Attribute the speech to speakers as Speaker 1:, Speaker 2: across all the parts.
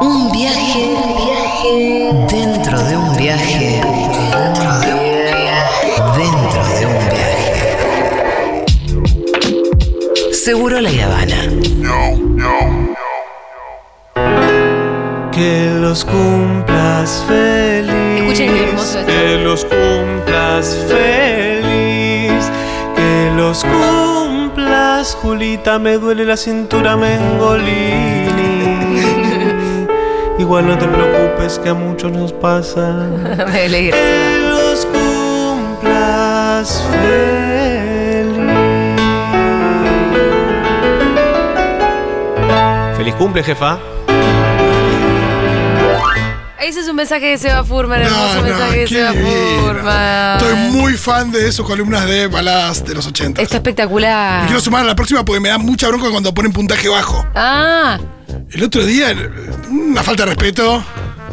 Speaker 1: Un viaje, viaje dentro de un viaje, dentro de un viaje, dentro de un viaje. Seguro la Habana.
Speaker 2: Que los cumplas feliz.
Speaker 3: Escuchen qué hermoso esto.
Speaker 2: Que los cumplas feliz. Que los cumplas, Julita. Me duele la cintura, Mengolini. Igual no te preocupes, que a muchos nos pasa.
Speaker 3: Me alegra.
Speaker 2: Que los cumplas feliz.
Speaker 4: Feliz cumple, jefa.
Speaker 3: Ese es un mensaje de Seba Furman, hermoso mensaje de
Speaker 5: qué
Speaker 3: Seba
Speaker 5: lindo.
Speaker 3: Furman.
Speaker 5: Estoy muy fan de sus columnas de baladas de los 80.
Speaker 3: Está espectacular.
Speaker 5: Me quiero sumar a la próxima porque me da mucha bronca cuando ponen puntaje bajo.
Speaker 3: Ah,
Speaker 5: El otro día, una falta de respeto.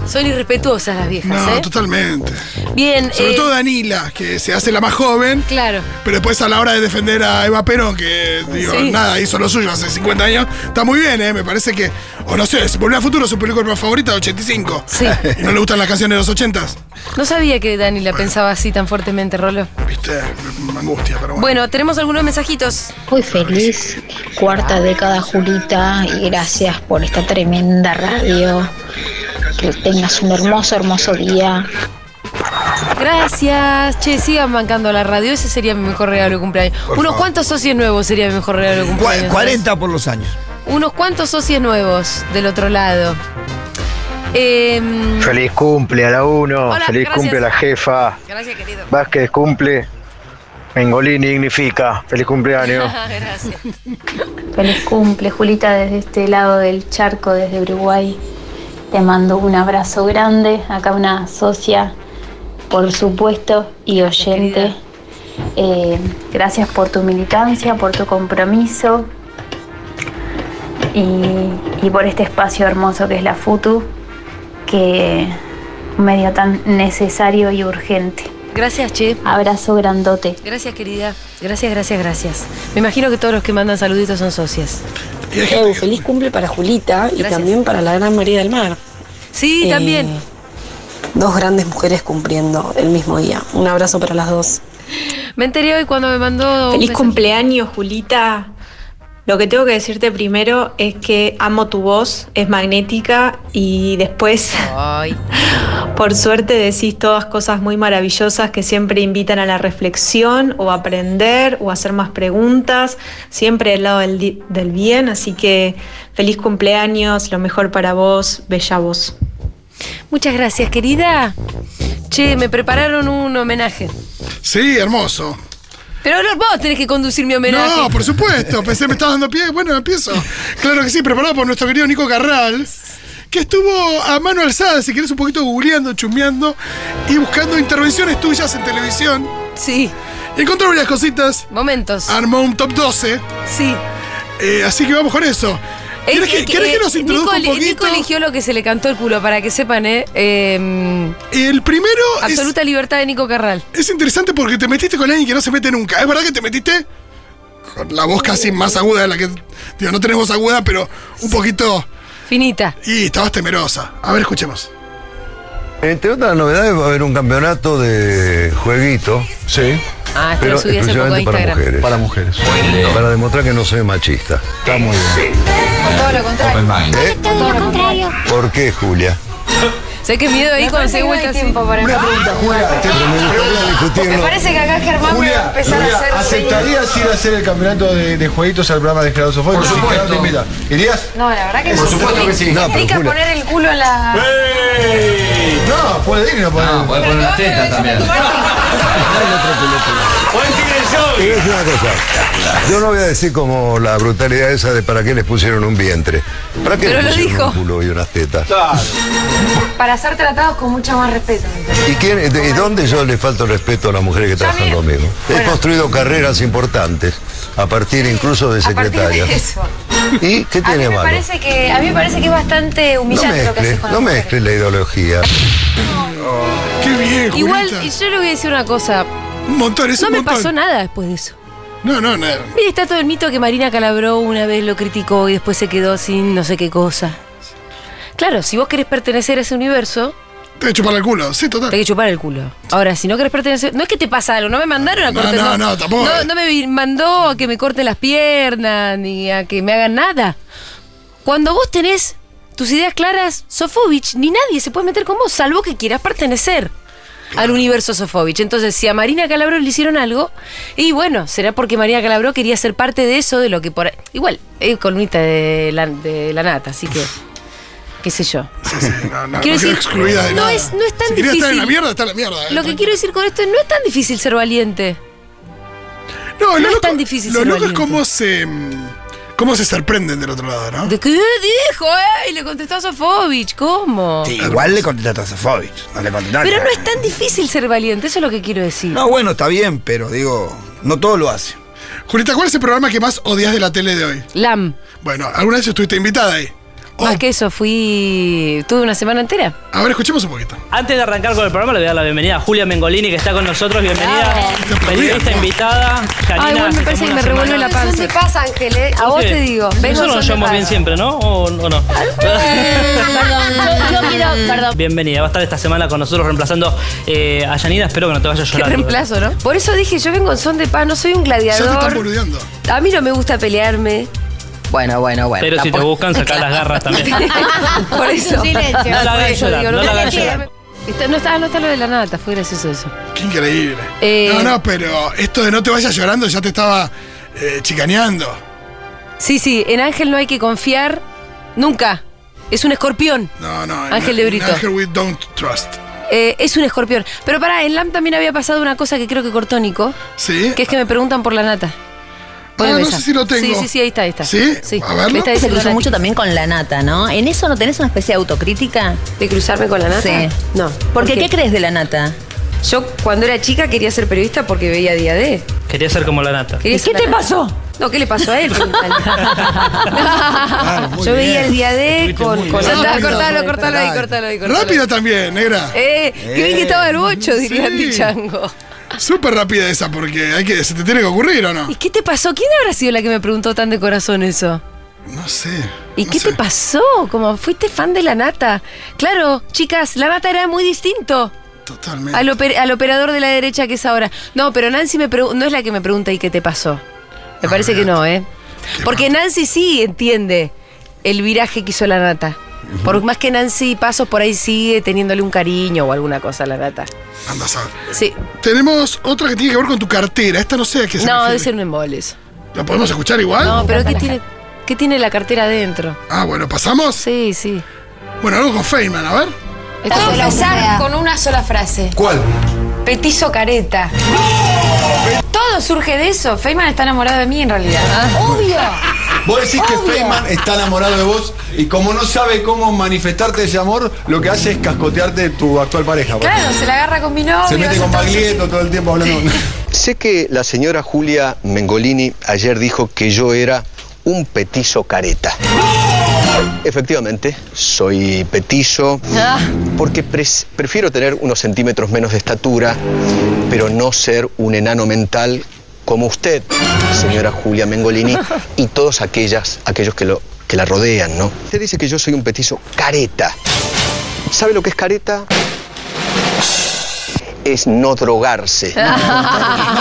Speaker 3: son irrespetuosas las viejas,
Speaker 5: No,
Speaker 3: ¿eh?
Speaker 5: totalmente.
Speaker 3: Bien,
Speaker 5: Sobre
Speaker 3: eh,
Speaker 5: todo Danila, que se hace la más joven,
Speaker 3: claro.
Speaker 5: pero después a la hora de defender a Eva Perón, que digo,
Speaker 3: Sí.
Speaker 5: nada, hizo lo suyo hace 50 años, está muy bien, ¿eh? Me parece que, o no sé, Volver al Futuro, su película favorita, 85.
Speaker 3: Sí.
Speaker 5: ¿Y no le gustan las canciones de los 80?
Speaker 3: No sabía que Dani la pensaba así tan fuertemente, Rolo.
Speaker 5: Viste, me angustia, pero bueno.
Speaker 3: Bueno, tenemos algunos mensajitos.
Speaker 6: Muy feliz cuarta década, Julita, y gracias por esta tremenda radio. Que tengas un hermoso, hermoso día.
Speaker 3: Gracias. Che, sigan bancando la radio. Ese sería mi mejor regalo de cumpleaños.
Speaker 5: Por
Speaker 3: Unos
Speaker 5: favor.
Speaker 3: cuantos socios nuevos sería mi mejor regalo de
Speaker 4: Cua-
Speaker 3: cumpleaños.
Speaker 4: 40 por los años.
Speaker 3: Unos cuantos socios nuevos del otro lado. Em,
Speaker 7: Feliz cumple a la 1,
Speaker 3: Hola,
Speaker 7: feliz
Speaker 3: gracias.
Speaker 7: cumple a la jefa.
Speaker 3: gracias, querido.
Speaker 7: Vázquez cumple, Mengolini dignifica. Feliz cumpleaños.
Speaker 3: gracias.
Speaker 8: Feliz cumple, Julita, desde este lado del charco, desde Uruguay. Te mando un abrazo grande. Acá una socia, por supuesto, y oyente. Eh, gracias por tu militancia, por tu compromiso y, y por este espacio hermoso que es la FUTU, que un medio tan necesario y urgente.
Speaker 3: Gracias, Che.
Speaker 8: Abrazo grandote.
Speaker 3: Gracias, querida. Gracias, gracias, gracias. Me imagino que todos los que mandan saluditos son socias.
Speaker 5: Y hay gente
Speaker 9: Eu,
Speaker 5: que-
Speaker 9: feliz cumple para Julita y
Speaker 3: Gracias.
Speaker 9: también para la Gran María del Mar.
Speaker 3: Sí,
Speaker 9: Eh,
Speaker 3: también.
Speaker 9: Dos grandes mujeres cumpliendo el mismo día. Un abrazo para las dos.
Speaker 3: Me enteré hoy cuando me mandó. un
Speaker 10: Feliz
Speaker 3: mensaje.
Speaker 10: cumpleaños, Julita. Lo que tengo que decirte primero es que amo tu voz, es magnética y después,
Speaker 3: Ay,
Speaker 10: por suerte, decís todas cosas muy maravillosas que siempre invitan a la reflexión o a aprender o a hacer más preguntas, siempre del lado del, di- del bien. Así que feliz cumpleaños, lo mejor para vos, bella voz.
Speaker 3: muchas gracias, querida. Che, me prepararon un homenaje.
Speaker 5: Sí, hermoso.
Speaker 3: Pero no, vos tenés que conducir mi homenaje.
Speaker 5: No, por supuesto. Pensé me estaba dando pie. Bueno, empiezo. Claro que sí, preparado por nuestro querido Nico Carral, que estuvo a mano alzada, si querés, un poquito googleando, chumeando y buscando intervenciones tuyas en televisión.
Speaker 3: Sí,
Speaker 5: Encontró varias cositas.
Speaker 3: momentos.
Speaker 5: Armó un top 12.
Speaker 3: sí.
Speaker 5: eh, así que vamos con eso. ¿Querés
Speaker 3: Eh,
Speaker 5: que,
Speaker 3: eh,
Speaker 5: querés que
Speaker 3: eh,
Speaker 5: nos introduzca
Speaker 3: Nico,
Speaker 5: un poquito?
Speaker 3: Nico eligió lo que se le cantó el culo, para que sepan, ¿eh? Eh,
Speaker 5: El primero es,
Speaker 3: absoluta libertad de Nico Carral.
Speaker 5: es interesante porque te metiste con alguien que no se mete nunca. ¿Es verdad que te metiste? Con la voz
Speaker 3: Eh.
Speaker 5: casi más aguda de la que. Digo, no tenés voz aguda, pero un poquito.
Speaker 3: Finita.
Speaker 5: Y estabas temerosa. A ver, escuchemos.
Speaker 7: Entre otras novedades va a haber un campeonato de jueguito,
Speaker 11: Sí,
Speaker 3: Ah, esto
Speaker 7: pero
Speaker 3: lo subí hace poco a
Speaker 7: exclusivamente para
Speaker 3: Instagram.
Speaker 7: mujeres.
Speaker 11: para mujeres.
Speaker 7: Para demostrar que no soy machista.
Speaker 11: Está muy bien. Open mind.
Speaker 7: ¿Eh? ¿Por qué, Julia?
Speaker 3: Sé que miedo ahí cuando se dio vuelta así.
Speaker 11: Una pregunta, Julia.
Speaker 7: Me gustaría discutir, ¿no?
Speaker 3: que acá Germán
Speaker 11: Julia, Julia, ¿aceptarías ir a hacer el campeonato de, de jueguitos al programa de Gerardo Sofón?
Speaker 4: Por supuesto.
Speaker 11: ¿Irías?
Speaker 3: No, la verdad que
Speaker 11: Por supuesto que sí.
Speaker 7: No, pero Julia,
Speaker 3: poner el culo en la.
Speaker 11: No, puede ir y no puede ir.
Speaker 4: poner una teta también.
Speaker 7: te voy a decir una cosa. Yo no voy a decir como la brutalidad esa de para qué les pusieron un vientre. ¿Para qué
Speaker 3: Pero
Speaker 7: les
Speaker 3: lo
Speaker 7: pusieron
Speaker 3: dijo.
Speaker 7: un culo y unas tetas? Eh.
Speaker 3: Para ser tratados con mucho más respeto.
Speaker 7: ¿Y quién, de- dónde yo le falto el respeto a las mujeres que trabajan conmigo? He construido carreras importantes, a partir incluso de secretarias. ¿Y qué tiene malo?
Speaker 3: que, a mí me parece que es bastante
Speaker 7: No mezcle, no mezcle la ideología.
Speaker 5: Qué bien,
Speaker 3: Igual,
Speaker 5: Julita.
Speaker 3: y yo le voy a decir una cosa.
Speaker 5: Un montón, es
Speaker 3: No
Speaker 5: un
Speaker 3: me
Speaker 5: montón.
Speaker 3: pasó nada después de eso.
Speaker 5: No, no, nada.
Speaker 3: Mira, está todo el mito que Marina Calabró una vez lo criticó y después se quedó sin no sé qué cosa. Claro, si vos querés pertenecer a ese universo.
Speaker 5: Te que chupar el culo, sí, total.
Speaker 3: Te que chupar el culo. Ahora, si no querés pertenecer. No es que te pasa algo, no me mandaron a
Speaker 5: No,
Speaker 3: cortar.
Speaker 5: no, no, tampoco.
Speaker 3: No, no me vi- mandó a que me corten las piernas, ni a que me hagan nada. Cuando vos tenés tus ideas claras, Sofovich, ni nadie se puede meter con vos, salvo que quieras pertenecer al universo Sofovich. Entonces, si a Marina Calabró le hicieron algo, y bueno, será porque Marina Calabró quería ser parte de eso, de lo que por ahí- Igual, es columnista de la, de la nata, así que. qué sé yo.
Speaker 5: No, no,
Speaker 3: Quiero
Speaker 5: no quedó
Speaker 3: decir,
Speaker 5: excluida de
Speaker 3: no
Speaker 5: nada.
Speaker 3: es- no es tan
Speaker 5: si quería estar en la
Speaker 3: difícil.
Speaker 5: mierda, está en la mierda. eh.
Speaker 3: Lo que quiero decir con esto es no es tan difícil ser valiente.
Speaker 5: no,
Speaker 3: no
Speaker 5: lo
Speaker 3: es
Speaker 5: loco,
Speaker 3: tan difícil
Speaker 5: Lo
Speaker 3: ser
Speaker 5: loco es
Speaker 3: valiente.
Speaker 5: cómo se. mm, cómo se sorprenden del otro lado, ¿no?
Speaker 3: ¿De qué dijo? eh? Y le contestó a Sofovich, ¿cómo?
Speaker 12: Sí, igual le contestaste a Sofovich, no le contestaste.
Speaker 3: Pero no es tan difícil ser valiente, eso es lo que quiero decir.
Speaker 12: No, bueno, está bien, pero digo, no todo lo hace.
Speaker 5: Julita, ¿cuál es el programa que más odias de la tele de hoy?
Speaker 3: LAM.
Speaker 5: Bueno, alguna vez estuviste invitada ahí. Oh,
Speaker 3: Más que eso, fui. tuve una semana entera.
Speaker 5: A ver, escuchemos un poquito.
Speaker 13: Antes de arrancar con el programa, le voy a dar la bienvenida a Julia Mengolini, que está con nosotros. Bienvenida, periodista invitada.
Speaker 3: Ay, bueno, Ah, me parece que me revuelve la panza. ¿Dónde pasa, Ángel? eh? A vos
Speaker 13: Sí.
Speaker 3: te digo. Vengo
Speaker 13: Nosotros nos
Speaker 3: son de
Speaker 13: llevamos bien
Speaker 3: paz.
Speaker 13: siempre, ¿no? ¿O, o no?
Speaker 3: yo- yo quiero- perdón.
Speaker 13: Bienvenida, va a estar esta semana con nosotros reemplazando eh, a Yanina. Espero que no te vayas
Speaker 3: Qué
Speaker 13: llorando.
Speaker 3: reemplazo, ¿no? Por eso dije, yo vengo en son de paz, no soy un gladiador.
Speaker 13: Ya te están
Speaker 3: A mí no me gusta pelearme.
Speaker 14: Bueno, bueno, bueno.
Speaker 13: Pero si te
Speaker 14: tampoco-
Speaker 13: buscan, sacar las garras también.
Speaker 3: Por eso.
Speaker 14: Silencio.
Speaker 13: No la
Speaker 3: Por
Speaker 13: hagan
Speaker 3: eso
Speaker 13: llorar,
Speaker 3: digo,
Speaker 13: no la hagan
Speaker 3: quiero
Speaker 13: llorar.
Speaker 3: pelearme. Está- no, está, no está lo de la nata, fue gracioso eso.
Speaker 5: Qué increíble.
Speaker 3: Eh,
Speaker 5: no, no, pero esto de no te vayas llorando ya te estaba eh, chicaneando.
Speaker 3: Sí, sí, en Ángel no hay que confiar nunca. Es un escorpión.
Speaker 5: No, no. en-
Speaker 3: Ángel de
Speaker 5: en
Speaker 3: Brito.
Speaker 5: Ángel we don't trust.
Speaker 3: Eh, es un escorpión. Pero pará, en LAM también había pasado una cosa que creo que cortó Nico.
Speaker 5: Sí. Ah,
Speaker 3: Que es que me preguntan por la nata.
Speaker 14: Ah,
Speaker 3: Poneme
Speaker 14: no
Speaker 3: esa.
Speaker 14: sé si lo tengo.
Speaker 3: Sí, sí, sí, ahí está, ahí está.
Speaker 14: ¿Sí?
Speaker 3: A verlo. Esta es
Speaker 14: se
Speaker 3: el
Speaker 14: cruzó
Speaker 3: lunático.
Speaker 14: mucho también con la nata, ¿no? ¿En eso no tenés una especie de autocrítica?
Speaker 3: ¿De cruzarme con la nata?
Speaker 14: Sí.
Speaker 3: No.
Speaker 14: Porque, ¿qué crees de la nata?
Speaker 3: Yo cuando era chica quería ser periodista porque veía día D.
Speaker 13: Quería ser como la nata.
Speaker 3: Quería ser la nata. No, ¿qué le pasó a él? Preguntale.
Speaker 5: muy
Speaker 3: Yo veía
Speaker 5: bien.
Speaker 3: el día D con, con la nata.
Speaker 5: Rápido.
Speaker 3: Cortalo, cortalo ahí, cortalo ahí, cortalo.
Speaker 5: Rápida también, negra.
Speaker 3: Eh, qué bien que estaba el bocho, diría
Speaker 5: Sí.
Speaker 3: Andy Chango.
Speaker 5: Súper rápida esa, porque hay que, se te tiene que ocurrir, ¿o no?
Speaker 3: ¿Y qué te pasó? ¿Quién habrá sido la que me preguntó tan de corazón eso?
Speaker 5: No sé.
Speaker 3: ¿Y qué te pasó? Como fuiste fan de la nata. Claro, chicas, la nata era muy distinto.
Speaker 5: Totalmente.
Speaker 3: Al, oper- al operador de la derecha que es ahora. No, pero Nancy me pregu- no es la que me pregunta y qué te pasó. Me parece que no, ¿eh? Porque Nancy sí entiende el viraje que hizo la nata. Por más que Nancy pasos por ahí sigue teniéndole un cariño o alguna cosa a la nata.
Speaker 5: Anda a saber.
Speaker 3: Sí.
Speaker 5: Tenemos otra que tiene que ver con tu cartera. Esta no sé a qué se
Speaker 3: No,
Speaker 5: refiere.
Speaker 3: debe ser un embole eso.
Speaker 5: ¿La podemos escuchar igual?
Speaker 3: No, pero ¿qué tiene, ¿qué tiene la cartera adentro?
Speaker 5: Ah, bueno, ¿pasamos?
Speaker 3: Sí, sí.
Speaker 5: Bueno, algo con Feynman, a ver.
Speaker 3: Esto a empezar con una sola frase.
Speaker 5: ¿Cuál?
Speaker 3: Petizo careta. Todo surge de eso. Feynman está enamorado de mí en realidad. Obvio.
Speaker 11: Vos decís que
Speaker 3: Obvio.
Speaker 11: Feynman está enamorado de vos y como no sabe cómo manifestarte ese amor, lo que hace es cascotearte de tu actual pareja. por
Speaker 3: Claro,
Speaker 11: ejemplo.
Speaker 3: se la agarra con mi novio.
Speaker 11: Se mete con
Speaker 3: entonces-
Speaker 11: Baglietto todo el tiempo hablando.
Speaker 10: Sé que la señora Julia Mengolini ayer dijo que yo era un petizo careta. Efectivamente, soy petizo
Speaker 3: Ah.
Speaker 10: porque pres- prefiero tener unos centímetros menos de estatura, pero no ser un enano mental como usted, señora Julia Mengolini, y todos aquellas, aquellos que, lo, que la rodean, ¿no? Usted dice que yo soy un petizo careta. ¿Sabe lo que es careta? Es no drogarse.
Speaker 12: No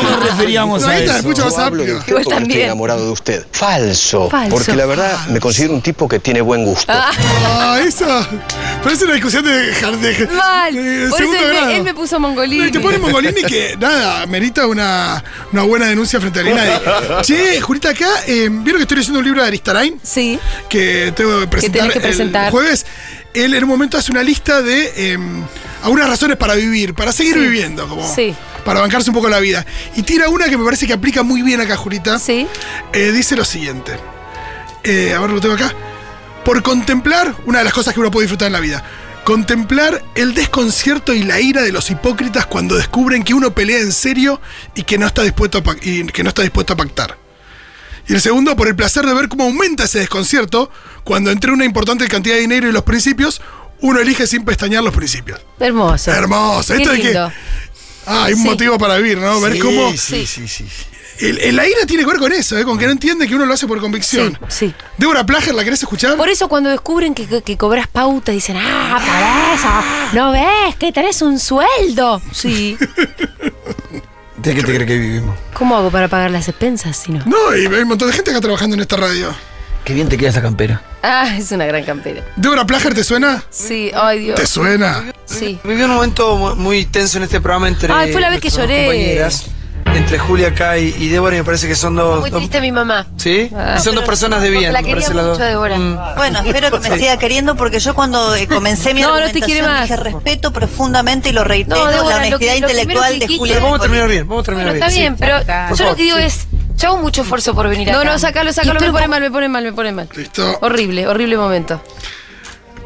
Speaker 12: nos referíamos a eso.
Speaker 10: Yo hablo de usted porque estoy enamorado de usted. Falso.
Speaker 12: Falso.
Speaker 10: Porque la verdad me considero un tipo que tiene buen gusto.
Speaker 5: Ah, esa. Parece una discusión de, jar- de-
Speaker 3: Mal.
Speaker 5: de
Speaker 3: Por eso
Speaker 5: Eh, segundo
Speaker 3: él
Speaker 5: grado.
Speaker 3: me, él me puso mongolini.
Speaker 5: No, y te pone Mongolini que, nada, merita una, una buena denuncia frente a nadie. Che, Jurita, acá, eh, ¿vieron que estoy leyendo un libro de Aristarain?
Speaker 3: Sí.
Speaker 5: Que tengo que presentar,
Speaker 3: tenés que presentar.
Speaker 5: el jueves. Él en un momento hace una lista de eh, algunas razones para vivir, para seguir
Speaker 3: Sí.
Speaker 5: viviendo, como
Speaker 3: Sí.
Speaker 5: para bancarse un poco la vida. Y tira una que me parece que aplica muy bien acá, Jurita.
Speaker 3: Sí.
Speaker 5: dice lo siguiente. Eh, a ver, lo tengo acá. Por contemplar, una de las cosas que uno puede disfrutar en la vida, contemplar el desconcierto y la ira de los hipócritas cuando descubren que uno pelea en serio y que no está dispuesto a, pac- y que no está dispuesto a pactar. Y el segundo, por el placer de ver cómo aumenta ese desconcierto cuando entre una importante cantidad de dinero y los principios, uno elige sin pestañear los principios.
Speaker 3: Hermoso.
Speaker 5: Hermoso.
Speaker 3: Qué
Speaker 5: Esto de que-
Speaker 3: lindo.
Speaker 5: Ah, hay un
Speaker 3: Sí.
Speaker 5: motivo para vivir, ¿no? Ver
Speaker 12: Sí,
Speaker 5: cómo
Speaker 12: Sí, sí, sí.
Speaker 5: el- el- la ira tiene que ver con eso, ¿eh? con que no entiende que uno lo hace por convicción.
Speaker 3: Sí,
Speaker 5: Débora Plager, ¿la querés escuchar?
Speaker 3: Por eso cuando descubren que, que- que cobras pautas dicen, ah, para eso, ¿no ves que tenés un sueldo? Sí.
Speaker 12: ¿De qué te crees que vivimos?
Speaker 3: ¿Cómo hago para pagar las expensas si no?
Speaker 5: No, y hay un montón de gente acá trabajando en esta radio.
Speaker 12: Qué bien te queda esa campera.
Speaker 3: Ah, es una gran campera.
Speaker 5: ¿Débora Plager te suena?
Speaker 3: Sí, ay Dios.
Speaker 5: ¿Te suena?
Speaker 3: Sí.
Speaker 15: Viví un momento mu- muy tenso en este programa entre.
Speaker 3: Ay, fue la vez que
Speaker 15: nuestras
Speaker 3: lloré.
Speaker 15: compañeras, entre Julia acá y, y Débora, y me parece que son dos.
Speaker 3: Muy
Speaker 15: dos-
Speaker 3: triste mi mamá.
Speaker 15: ¿Sí?
Speaker 3: Ah,
Speaker 15: son dos
Speaker 3: pero-
Speaker 15: personas de
Speaker 3: porque
Speaker 15: bien,
Speaker 3: la
Speaker 15: me
Speaker 3: quería
Speaker 15: parece las dos.
Speaker 3: mucho a Débora.
Speaker 16: Bueno, espero que me
Speaker 15: Sí.
Speaker 16: siga queriendo porque yo cuando eh, comencé mi
Speaker 3: No, no te
Speaker 16: argumentación
Speaker 3: quiere más.
Speaker 16: dije respeto profundamente y lo reitero
Speaker 3: No, Débora,
Speaker 16: la
Speaker 3: lo que-
Speaker 16: honestidad
Speaker 3: lo primero
Speaker 16: intelectual de
Speaker 3: que dijiste-
Speaker 16: Julia.
Speaker 3: Pero vamos a terminar
Speaker 15: bien, vamos a terminar
Speaker 3: Bueno, está bien, pero yo lo que digo es, yo hago mucho esfuerzo por venir
Speaker 16: No,
Speaker 3: acá.
Speaker 16: no,
Speaker 3: sacalo,
Speaker 16: sacalo,
Speaker 3: Me
Speaker 16: me
Speaker 3: pone mal, me pone mal, me pone mal.
Speaker 5: Listo.
Speaker 3: Horrible, horrible momento.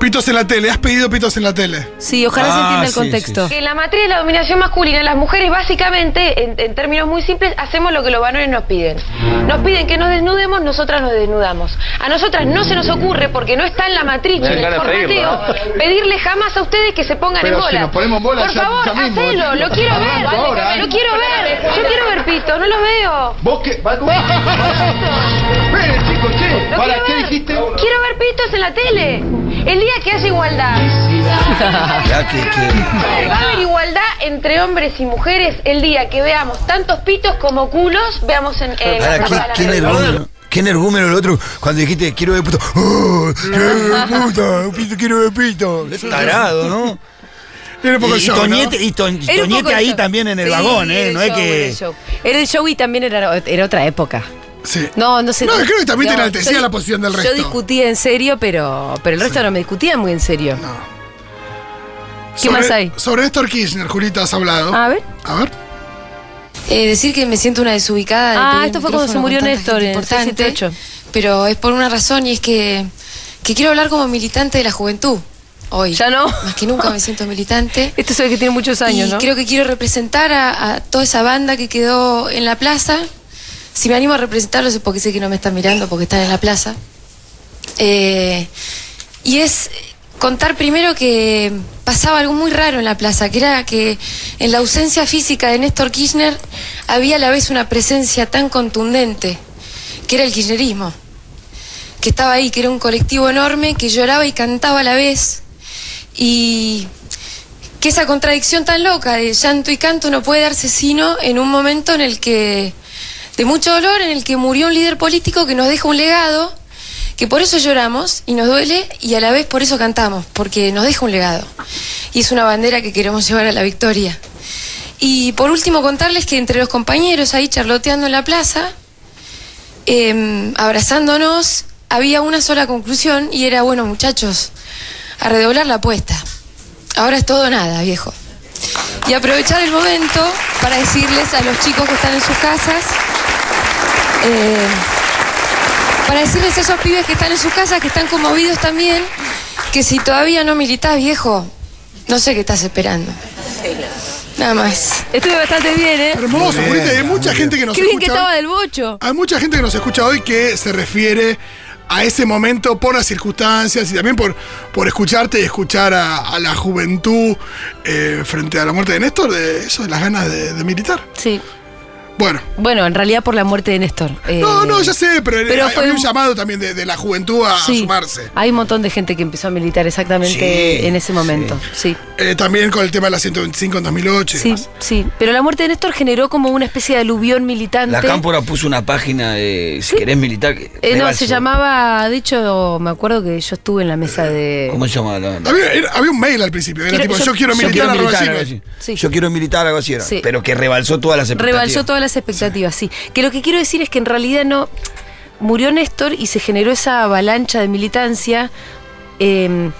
Speaker 5: Pitos en la tele, has pedido pitos en la tele.
Speaker 3: Sí, ojalá se entienda el contexto. Que en la materia de la dominación masculina, las mujeres básicamente, en, en términos muy simples, hacemos lo que los varones nos piden. Nos piden que nos desnudemos, nosotras nos desnudamos. A nosotras no se nos ocurre, porque no está en la matriz,
Speaker 17: Me
Speaker 3: en
Speaker 17: dan
Speaker 3: el
Speaker 17: ganas de pedirlo,
Speaker 3: formateo, pedirle jamás a ustedes que se pongan
Speaker 17: Pero
Speaker 3: en bola.
Speaker 17: si nos ponemos en bola,
Speaker 3: Por
Speaker 17: ya-
Speaker 3: favor,
Speaker 17: ya mismo.
Speaker 3: hacelo, lo quiero ver,
Speaker 17: Ahora, ¿eh?
Speaker 3: lo quiero ver. Yo quiero ver pito, no los veo.
Speaker 17: Vos que. Espere, chicos, che.
Speaker 3: Lo
Speaker 17: ¿Para
Speaker 3: quiero
Speaker 17: qué
Speaker 3: ver.
Speaker 17: dijiste?
Speaker 3: Quiero ver pitos en la tele. El día que haya igualdad.
Speaker 12: Ya que, que-
Speaker 3: Va a haber igualdad entre hombres y mujeres el día que veamos tantos pitos como culos, veamos en, en la
Speaker 12: Ahora, ¿qué,
Speaker 3: plaza de la
Speaker 12: qué
Speaker 3: República.
Speaker 12: energúmeno. Qué energúmeno el otro cuando dijiste quiero ver puto. ¡Oh! ¡Quiero ver puto! pito, ¡Quiero ver pito! Es tarado, ¿no?
Speaker 5: Era
Speaker 3: un poco
Speaker 12: y, y
Speaker 3: el show,
Speaker 12: Toñete,
Speaker 3: ¿no?
Speaker 12: y Toñ-
Speaker 3: Era un poco
Speaker 12: Toñete
Speaker 3: el
Speaker 12: ahí
Speaker 3: show.
Speaker 12: también en el
Speaker 3: Sí,
Speaker 12: vagón, ¿eh?
Speaker 3: el
Speaker 12: No es
Speaker 3: show,
Speaker 12: que.
Speaker 3: Era el show. Era el show y también era, era otra época.
Speaker 5: Sí.
Speaker 3: No, no sé.
Speaker 5: No, creo que también te
Speaker 3: Yo-
Speaker 5: enaltecía
Speaker 3: yo-
Speaker 5: la posición del resto.
Speaker 3: Yo discutía en serio, pero, pero el resto no me discutía muy en serio. ¿Qué
Speaker 5: Sobre-
Speaker 3: más hay? Ah.
Speaker 5: Sobre Néstor Kirchner, Julita, has hablado.
Speaker 3: A ver.
Speaker 5: A ver.
Speaker 18: decir que me siento una desubicada. de
Speaker 3: Ah,
Speaker 18: tener
Speaker 3: esto
Speaker 18: un
Speaker 3: fue cuando
Speaker 18: micrófono
Speaker 3: se murió
Speaker 18: con tanta
Speaker 3: Néstor,
Speaker 18: gente
Speaker 3: en el
Speaker 18: importante,
Speaker 3: 678.
Speaker 18: Pero es por una razón y es que, que quiero hablar como militante de la juventud hoy. Ya
Speaker 3: no.
Speaker 18: Más que nunca me siento militante.
Speaker 3: Esto se ve que tiene muchos años,
Speaker 18: y
Speaker 3: ¿no?
Speaker 18: creo que quiero representar a, a toda esa banda que quedó en la plaza. Si me animo a representarlos es porque sé que no me están mirando, porque están en la plaza. Eh, y es contar primero que pasaba algo muy raro en la plaza, que era que en la ausencia física de Néstor Kirchner había a la vez una presencia tan contundente, que era el kirchnerismo, que estaba ahí, que era un colectivo enorme, que lloraba y cantaba a la vez, y que esa contradicción tan loca de llanto y canto no puede darse sino en un momento en el que, de mucho dolor, en el que murió un líder político que nos deja un legado, que por eso lloramos y nos duele y a la vez por eso cantamos, porque nos deja un legado. Y es una bandera que queremos llevar a la victoria. Y por último contarles que entre los compañeros ahí charloteando en la plaza, eh, abrazándonos, había una sola conclusión y era, bueno muchachos, a redoblar la apuesta. Ahora es todo o nada, viejo. Y aprovechar el momento para decirles a los chicos que están en sus casas, eh, para decirles a esos pibes que están en sus casas, que están conmovidos también, que si todavía no militás, viejo, no sé qué estás esperando. Nada más.
Speaker 3: Estuve bastante bien, ¿eh?
Speaker 5: Hermoso, Julita, y hay mucha gente que nos
Speaker 3: Qué bien
Speaker 5: escucha.
Speaker 3: que estaba del bocho.
Speaker 5: Hay mucha gente que nos escucha hoy que se refiere a ese momento por las circunstancias y también por, por escucharte y escuchar a, a la juventud eh, frente a la muerte de Néstor, de eso, de las ganas de, de militar.
Speaker 3: Sí.
Speaker 5: Bueno.
Speaker 3: Bueno, en realidad por la muerte de Néstor. Eh,
Speaker 5: No, no, ya sé, pero,
Speaker 3: pero
Speaker 5: hay-
Speaker 3: fue
Speaker 5: había
Speaker 3: un-
Speaker 5: un llamado también de, de la juventud a
Speaker 3: sí.
Speaker 5: sumarse.
Speaker 3: Hay un montón de gente que empezó a militar exactamente
Speaker 5: Sí,
Speaker 3: en ese momento. Sí.
Speaker 5: Eh, también con el tema de la 125 en 2008. y
Speaker 3: Sí,
Speaker 5: demás.
Speaker 3: sí. Pero la muerte de Néstor generó como una especie de aluvión militante.
Speaker 7: La Cámpora puso una página
Speaker 10: eh,
Speaker 7: de si querés militar. que-
Speaker 3: Eh,
Speaker 7: me
Speaker 3: no,
Speaker 7: va
Speaker 3: se
Speaker 7: eso.
Speaker 3: llamaba, de hecho, me acuerdo que yo estuve en la mesa
Speaker 5: Eh,
Speaker 3: de...
Speaker 7: ¿Cómo se llama? La- la-
Speaker 5: Había, era- había un mail al principio, era
Speaker 3: Quiero-
Speaker 5: tipo, yo,
Speaker 3: yo-
Speaker 5: quiero
Speaker 7: Yo
Speaker 5: militar,
Speaker 7: quiero
Speaker 5: arroba
Speaker 7: militar,
Speaker 5: Gmail.
Speaker 7: algo
Speaker 3: Sí.
Speaker 7: así. Yo quiero militar, algo así era.
Speaker 3: Sí.
Speaker 7: Pero que rebalsó todas las expectativas.
Speaker 3: Rebalsó todas las expectativas, sí. Que lo que quiero decir es que en realidad no. Murió Néstor y se generó esa avalancha de militancia. Eh,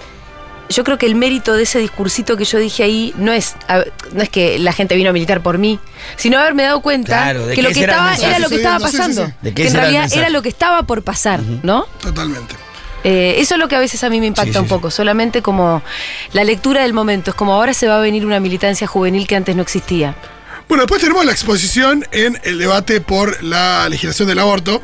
Speaker 3: yo creo que el mérito de ese discursito que yo dije ahí no es, a- no es que la gente vino a militar por mí, sino haberme dado cuenta
Speaker 7: Claro, de
Speaker 3: que lo
Speaker 7: que
Speaker 3: que
Speaker 7: ese era el
Speaker 3: estaba
Speaker 7: mensaje.
Speaker 3: era lo que
Speaker 7: Sí,
Speaker 3: estaba
Speaker 7: no, sí, sí,
Speaker 3: pasando.
Speaker 7: sí. De que
Speaker 3: Que en
Speaker 7: ese era el
Speaker 3: realidad
Speaker 7: mensaje.
Speaker 3: era lo que estaba por pasar, ¿no?
Speaker 5: Totalmente.
Speaker 3: Eh, eso es lo que a veces a mí me impacta
Speaker 7: Sí, sí,
Speaker 3: un
Speaker 7: sí.
Speaker 3: poco, solamente como la lectura del momento, es como ahora se va a venir una militancia juvenil que antes no existía.
Speaker 5: Bueno, después tenemos la exposición en el debate por la legislación del aborto.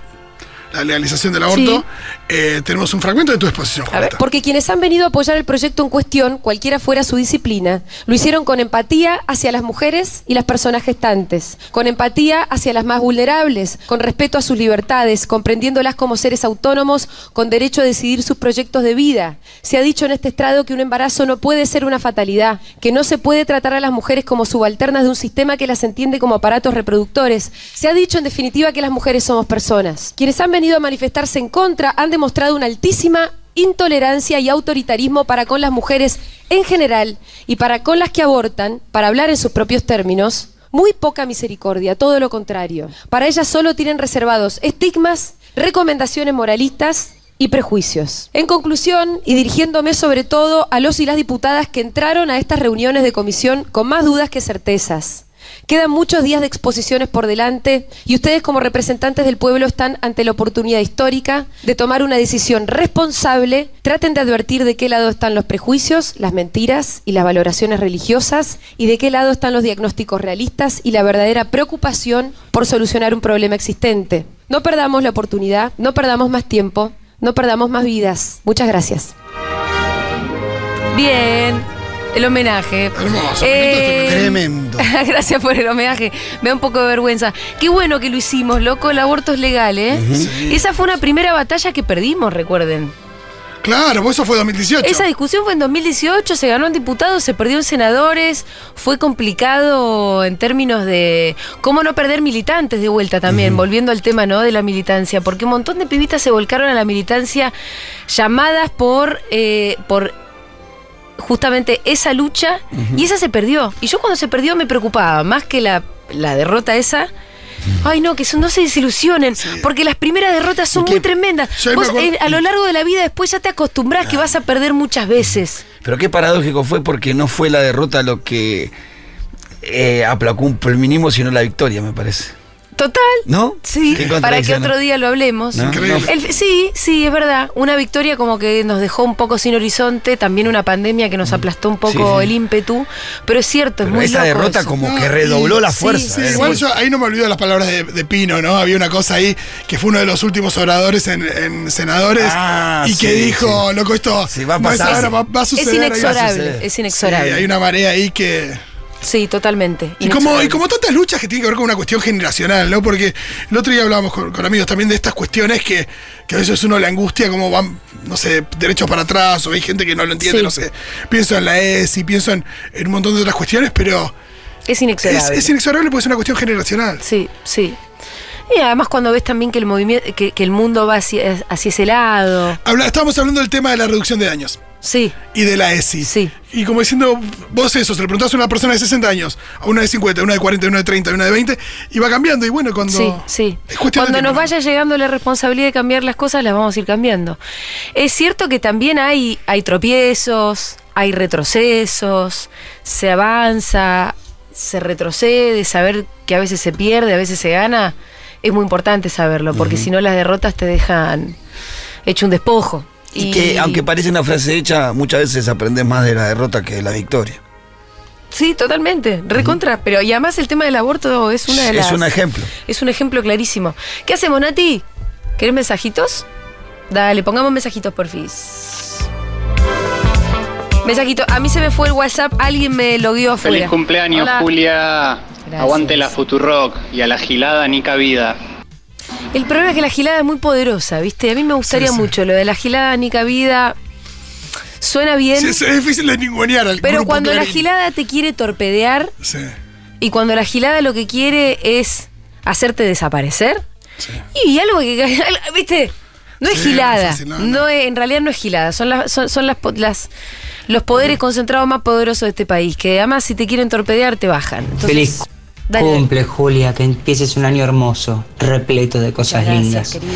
Speaker 5: la legalización del aborto,
Speaker 3: Sí.
Speaker 5: eh, tenemos un fragmento de tu exposición,
Speaker 3: A ver,
Speaker 5: Julieta.
Speaker 3: porque quienes han venido a apoyar el proyecto en cuestión, cualquiera fuera su disciplina, lo hicieron con empatía hacia las mujeres y las personas gestantes, con empatía hacia las más vulnerables, con respeto a sus libertades, comprendiéndolas como seres autónomos con derecho a decidir sus proyectos de vida. Se ha dicho en este estrado que un embarazo no puede ser una fatalidad, que no se puede tratar a las mujeres como subalternas de un sistema que las entiende como aparatos reproductores. Se ha dicho en definitiva que las mujeres somos personas. Quienes han venido a manifestarse en contra han demostrado una altísima intolerancia y autoritarismo para con las mujeres en general y para con las que abortan, para hablar en sus propios términos, muy poca misericordia, todo lo contrario. Para ellas solo tienen reservados estigmas, recomendaciones moralistas y prejuicios. En conclusión, y dirigiéndome sobre todo a los y las diputadas que entraron a estas reuniones de comisión con más dudas que certezas. Quedan muchos días de exposiciones por delante y ustedes como representantes del pueblo están ante la oportunidad histórica de tomar una decisión responsable. Traten de advertir de qué lado están los prejuicios, las mentiras y las valoraciones religiosas y de qué lado están los diagnósticos realistas y la verdadera preocupación por solucionar un problema existente. No perdamos la oportunidad, no perdamos más tiempo, no perdamos más vidas. Muchas gracias. Bien, el homenaje. Eh,
Speaker 5: Hermoso, este
Speaker 12: Tremendo.
Speaker 3: Gracias por el homenaje. Me da un poco de vergüenza. Qué bueno que lo hicimos, loco. El aborto es legal, ¿eh? Esa fue una primera batalla que perdimos, recuerden.
Speaker 5: Claro, pues eso fue 2018.
Speaker 3: Esa discusión fue en 2018, se ganó en diputados, se perdió en senadores, fue complicado en términos de cómo no perder militantes de vuelta también, volviendo al tema ¿no? de la militancia, porque un montón de pibitas se volcaron a la militancia llamadas por, eh, por justamente esa lucha y esa se perdió. Y yo cuando se perdió me preocupaba, más que la, la derrota esa. Ay, no, que son- no se desilusionen, porque las primeras derrotas son muy tremendas.
Speaker 12: ahí me
Speaker 3: Vos,
Speaker 12: acuerdo-
Speaker 3: eh, a lo largo de la vida después ya te acostumbrás que vas a perder muchas veces.
Speaker 7: Pero qué paradójico fue porque no fue la derrota lo que eh, aplacó un pulminismo, sino la victoria, me parece.
Speaker 3: Total.
Speaker 7: ¿No?
Speaker 3: Sí, para
Speaker 7: Qué
Speaker 3: que
Speaker 7: contradicción,
Speaker 3: otro
Speaker 7: ¿no?
Speaker 3: día lo hablemos.
Speaker 7: ¿No? Increíble.
Speaker 3: El- sí, sí, es verdad. Una victoria como que nos dejó un poco sin horizonte, también una pandemia que nos aplastó un poco
Speaker 7: Mm. sí.
Speaker 3: el ímpetu, pero es cierto, es
Speaker 7: Pero
Speaker 3: muy
Speaker 7: esa
Speaker 3: loco
Speaker 7: derrota
Speaker 3: eso.
Speaker 7: como
Speaker 5: No,
Speaker 7: que
Speaker 5: y-
Speaker 7: redobló la
Speaker 5: sí,
Speaker 7: fuerza.
Speaker 5: sí,
Speaker 7: ¿eh?
Speaker 5: igual yo ahí no me olvido las palabras de, de Pino, ¿no? Había una cosa ahí que fue uno de los últimos oradores en, en senadores
Speaker 7: Ah,
Speaker 5: y que
Speaker 7: sí,
Speaker 5: dijo, loco, esto
Speaker 7: va a
Speaker 5: no es
Speaker 7: pasar.
Speaker 5: ahora, va, va a
Speaker 3: Es
Speaker 5: suceder. ahí va a
Speaker 3: inexorable,
Speaker 5: suceder.
Speaker 3: es inexorable.
Speaker 5: Sí, hay una marea ahí que...
Speaker 3: Sí, totalmente.
Speaker 5: Y como,
Speaker 3: inexorable.
Speaker 5: y como tantas luchas que tienen que ver con una cuestión generacional, ¿no? Porque el otro día hablábamos con, con amigos también de estas cuestiones que, que a veces uno le angustia como van, no sé, derechos para atrás, o hay gente que no lo entiende,
Speaker 3: Sí.
Speaker 5: no sé. Pienso en la ESI, pienso en, en un montón de otras cuestiones, pero
Speaker 3: es
Speaker 5: es,
Speaker 3: inexorable.
Speaker 5: es inexorable porque es una cuestión generacional.
Speaker 3: Sí, sí. Y además cuando ves también que el movimiento, que, que el mundo va hacia, hacia ese lado.
Speaker 5: Habla, estábamos hablando del tema de la reducción de daños
Speaker 3: Sí,
Speaker 5: y de la ESI.
Speaker 3: Sí.
Speaker 5: Y como diciendo, vos eso, se lo preguntás a una persona de 60 años, a una de 50, a una de 40, a una de 30, a una de 20, y va cambiando. Y bueno, cuando.
Speaker 3: sí, sí.
Speaker 5: Es cuestión de
Speaker 3: Cuando nos
Speaker 5: tiempo,
Speaker 3: vaya llegando la responsabilidad de cambiar las cosas, las vamos a ir cambiando. Es cierto que también hay, hay tropiezos, hay retrocesos, se avanza, se retrocede, saber que a veces se pierde, a veces se gana, es muy importante saberlo, porque si no las derrotas te dejan hecho un despojo.
Speaker 7: Y, que aunque parece una frase hecha, muchas veces aprendes más de la derrota que de la victoria.
Speaker 3: Sí, totalmente, recontra, pero y además el tema del aborto es una de las...
Speaker 7: Es un ejemplo.
Speaker 3: Es un ejemplo clarísimo. ¿Qué hacemos, Nati? ¿Querés mensajitos? Dale, pongamos mensajitos, porfis. Mensajito. A mí se me fue el WhatsApp, alguien me lo dio afuera.
Speaker 17: Feliz cumpleaños,
Speaker 3: Hola.
Speaker 17: Julia.
Speaker 3: Gracias.
Speaker 17: Aguante la Futurock y a la gilada ni cabida.
Speaker 3: El problema es que la gilada es muy poderosa, ¿viste? A mí me gustaría mucho lo de la gilada ni cabida. Suena bien,
Speaker 5: Sí, es, es difícil de ningunear al
Speaker 3: pero
Speaker 5: grupo
Speaker 3: cuando la
Speaker 5: Clarín.
Speaker 3: gilada te quiere torpedear
Speaker 5: Sí.
Speaker 3: y cuando la gilada lo que quiere es hacerte desaparecer, y algo que, ¿viste? No es
Speaker 5: Sí,
Speaker 3: gilada,
Speaker 5: sí, sí, no,
Speaker 3: no,
Speaker 5: no.
Speaker 3: es- en realidad no es gilada, son las son, son las, po- las- los poderes concentrados más poderosos de este país, que además si te quieren torpedear te bajan. Entonces,
Speaker 19: Feliz
Speaker 3: dale, dale.
Speaker 19: cumple, Julia, que empieces un año hermoso, repleto de cosas lindas.
Speaker 3: querida.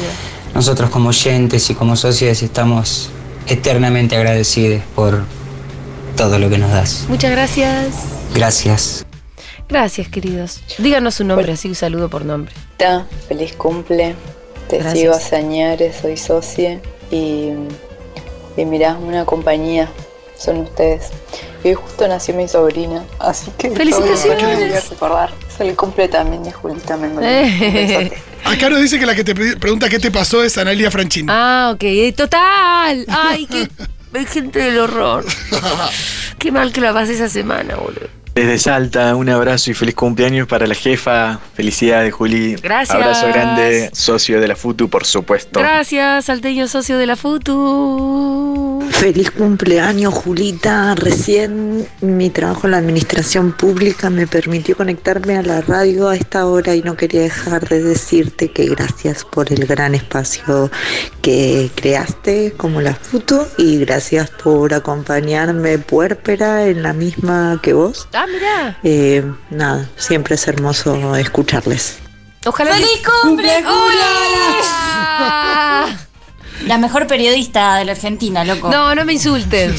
Speaker 19: Nosotros como oyentes y como socios estamos eternamente agradecidos por todo lo que nos das.
Speaker 3: Muchas gracias.
Speaker 19: Gracias.
Speaker 3: Gracias, queridos. Díganos su nombre, así un saludo por nombre.
Speaker 20: Ta, feliz cumple. Te
Speaker 3: Gracias.
Speaker 20: sigo a Sañares, soy socia y, y mirá, una compañía son ustedes. Y hoy justo nació mi sobrina, así que
Speaker 3: ¡Felicitaciones!
Speaker 20: todo lo que voy a recordar. Es el cumple también de Julita Mengolini.
Speaker 3: Eh.
Speaker 20: Un besote.
Speaker 5: Acá nos dice que la que te pre- pregunta qué te pasó es Analia Franchini.
Speaker 3: Ah, ok. eh, Total. Ay, qué hay gente del horror. Qué mal que la pasé esa semana, boludo.
Speaker 2: Desde Salta, un abrazo y feliz cumpleaños para la jefa. Felicidades, Juli.
Speaker 3: Gracias.
Speaker 2: Abrazo grande, socio de la FUTU, por supuesto.
Speaker 3: Gracias, salteño socio de la FUTU.
Speaker 1: Feliz cumpleaños, Julita. Recién mi trabajo en la administración pública me permitió conectarme a la radio a esta hora y no quería dejar de decirte que gracias por el gran espacio que creaste como la FUTO y gracias por acompañarme puérpera en la misma que vos.
Speaker 3: Ah, mirá.
Speaker 1: Eh, nada, siempre es hermoso escucharles.
Speaker 3: Ojalá.
Speaker 21: ¡Feliz cumple,
Speaker 3: Juli!
Speaker 21: La mejor periodista de la Argentina, loco.
Speaker 3: No, no me insulten.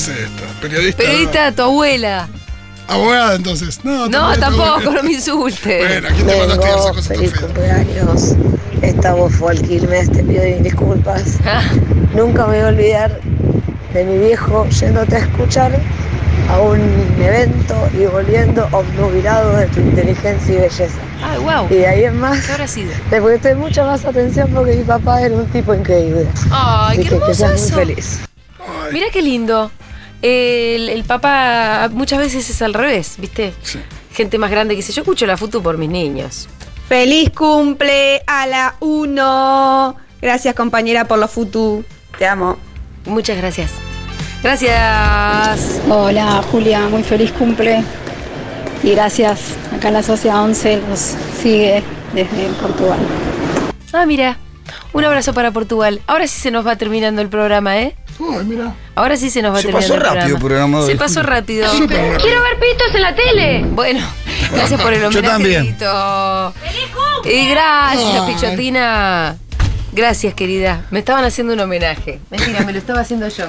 Speaker 5: Periodista.
Speaker 3: Periodista, tu abuela.
Speaker 5: Abogada, entonces. No,
Speaker 3: No,
Speaker 5: también,
Speaker 3: tampoco,
Speaker 5: abogada.
Speaker 3: no me insultes.
Speaker 5: Bueno, aquí te mandaste esas cosas tan feas.
Speaker 22: cumpleaños. Esta voz fue al Quilmes, te pido mil disculpas. Nunca me voy a olvidar de mi viejo yéndote a escuchar a un evento y volviendo obnubilado de tu inteligencia y belleza.
Speaker 3: Ay, wow.
Speaker 22: Y de ahí en más,
Speaker 3: ¿Qué habrá sido?
Speaker 22: te presté mucha más atención porque mi papá era un tipo increíble. Así
Speaker 3: Ay, qué
Speaker 22: que que
Speaker 3: hermoso
Speaker 22: seas
Speaker 3: eso.
Speaker 22: muy feliz.
Speaker 3: Mira qué lindo. El, el papá muchas veces es al revés, ¿viste? Gente más grande que dice, yo escucho la foto por mis niños.
Speaker 23: Feliz cumple a la 1. Gracias compañera por lo futu. Te amo.
Speaker 3: Muchas gracias. Gracias.
Speaker 24: Hola Julia, muy feliz cumple y gracias. Acá la Socia 11 nos sigue desde Portugal.
Speaker 3: Ah, mira. Un abrazo para Portugal. Ahora sí se nos va terminando el programa, ¿eh?
Speaker 5: Ay, mira.
Speaker 3: Ahora sí se nos va
Speaker 12: Se
Speaker 3: terminando
Speaker 12: pasó rápido
Speaker 3: el
Speaker 12: el programa
Speaker 3: Se
Speaker 12: hoy.
Speaker 3: pasó rápido.
Speaker 12: Súper rápido. Quiero
Speaker 3: ver pitos en la tele. Bueno, gracias por el
Speaker 12: Yo
Speaker 3: homenaje.
Speaker 12: también.
Speaker 3: Pito. Y gracias,
Speaker 25: Ay.
Speaker 3: Pichotina. Gracias, querida. Me estaban haciendo un homenaje. Mentira, me lo estaba haciendo yo.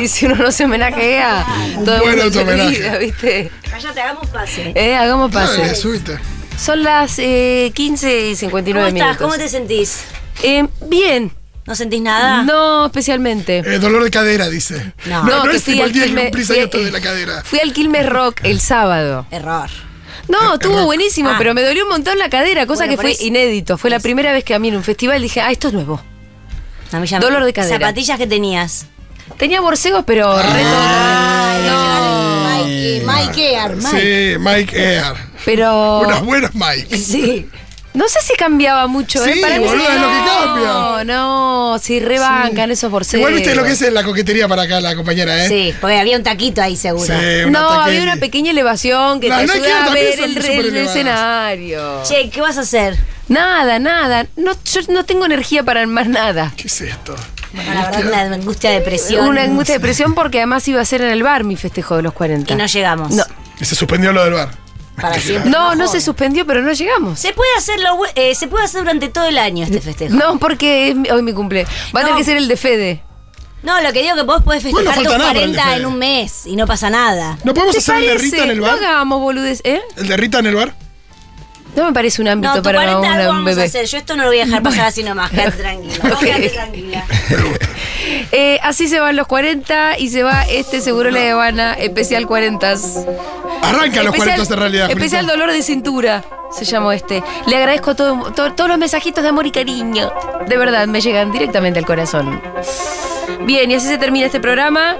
Speaker 3: y si uno no se homenajea,
Speaker 21: Mm.
Speaker 3: todo
Speaker 5: buen
Speaker 3: el mundo se
Speaker 5: autohomenaje.
Speaker 3: olvida, ¿viste?
Speaker 21: Cállate, hagamos pase.
Speaker 3: Eh, hagamos pase.
Speaker 5: Dale, subite.
Speaker 3: Son las eh, 15 y
Speaker 21: ¿Cómo
Speaker 3: 59
Speaker 21: estás?
Speaker 3: minutos. Eh,
Speaker 21: ¿Cómo te Ah. sentís?
Speaker 3: bien.
Speaker 21: ¿No sentís nada?
Speaker 3: No, especialmente.
Speaker 5: Eh, dolor de cadera, dice.
Speaker 21: No.
Speaker 5: no,
Speaker 3: que
Speaker 5: es
Speaker 3: fui
Speaker 5: tipo
Speaker 3: al
Speaker 5: el día que
Speaker 3: Quilmes-
Speaker 5: cumplís
Speaker 3: fui-
Speaker 5: años te duele la cadera.
Speaker 3: Fui al Quilmes Rock el sábado.
Speaker 21: Error.
Speaker 3: No, estuvo buenísimo,
Speaker 21: Ah.
Speaker 3: pero me dolió un montón la cadera, cosa
Speaker 21: Bueno,
Speaker 3: que
Speaker 21: por
Speaker 3: fue
Speaker 21: eso.
Speaker 3: inédito. Fue la primera vez que a mí en un festival dije, ah, esto es nuevo.
Speaker 21: A mí ya me-
Speaker 3: Dolor de cadera.
Speaker 21: ¿Zapatillas que tenías?
Speaker 3: Tenía borcegos, pero
Speaker 5: Ah.
Speaker 3: re
Speaker 21: Mikey, Mikey, Armando.
Speaker 5: Sí, Mike Air.
Speaker 3: Pero.
Speaker 5: Unas buenas Mike.
Speaker 3: Sí. No sé si cambiaba mucho, ¿eh?
Speaker 5: Sí,
Speaker 3: mí
Speaker 5: boluda, es lo que
Speaker 3: No,
Speaker 5: cambia.
Speaker 3: no, sí, rebancan esos borcegos.
Speaker 5: Igual viste lo que es la coquetería para acá, la compañera, ¿eh?
Speaker 21: Sí, porque había un taquito ahí seguro.
Speaker 5: Sí, una
Speaker 3: No, había
Speaker 5: taqueña.
Speaker 3: una pequeña elevación que
Speaker 5: Las
Speaker 3: te
Speaker 5: Nike
Speaker 3: ayudaba a
Speaker 5: también
Speaker 3: ver
Speaker 5: son
Speaker 3: el,
Speaker 5: súper
Speaker 3: el
Speaker 5: elevadas.
Speaker 3: escenario.
Speaker 21: Che, ¿qué vas a hacer?
Speaker 3: Nada, nada. No, yo no tengo energía para más nada.
Speaker 5: ¿Qué es esto?
Speaker 21: La verdad, una angustia de presión.
Speaker 3: Una angustia de presión porque además iba a ser en el bar mi festejo de los 40.
Speaker 21: Y no llegamos.
Speaker 3: No,
Speaker 5: Y se suspendió lo del bar.
Speaker 21: Para siempre.
Speaker 3: no, no
Speaker 21: mejor.
Speaker 3: se suspendió, pero no llegamos.
Speaker 21: Se puede hacer lo bu- eh, se puede hacer durante todo el año
Speaker 3: Mm.
Speaker 21: este festejo.
Speaker 3: No, porque es mi- hoy mi cumple. Va a tener
Speaker 21: No.
Speaker 3: que ser el de Fede.
Speaker 21: No, lo que digo que vos podés
Speaker 3: Bueno,
Speaker 21: festejar
Speaker 3: falta
Speaker 21: tus
Speaker 3: nada para el
Speaker 21: 40
Speaker 3: desfile.
Speaker 21: en un mes y no pasa nada.
Speaker 5: ¿No podemos
Speaker 3: ¿Te
Speaker 5: hacer el de Rita
Speaker 3: parece?
Speaker 5: en el bar?
Speaker 3: No hagamos boludes, ¿eh?
Speaker 5: ¿El de Rita en el bar?
Speaker 3: No me parece un ámbito
Speaker 21: No, tu
Speaker 3: para
Speaker 21: 40
Speaker 3: una-
Speaker 21: algo
Speaker 3: un
Speaker 21: vamos a
Speaker 3: bebé.
Speaker 21: hacer. Yo esto no lo voy a dejar pasar así nomás. Quédate tranquila. Vos quédate tranquila.
Speaker 3: Eh, así se van los 40 y se va este seguro le Habana especial 40.
Speaker 5: Arranca los 40 en realidad, Julita.
Speaker 3: Especial dolor de cintura se llamó este. Le agradezco todo- to- todos los mensajitos de amor y cariño. De verdad, me llegan directamente al corazón. Bien, y así se termina este programa.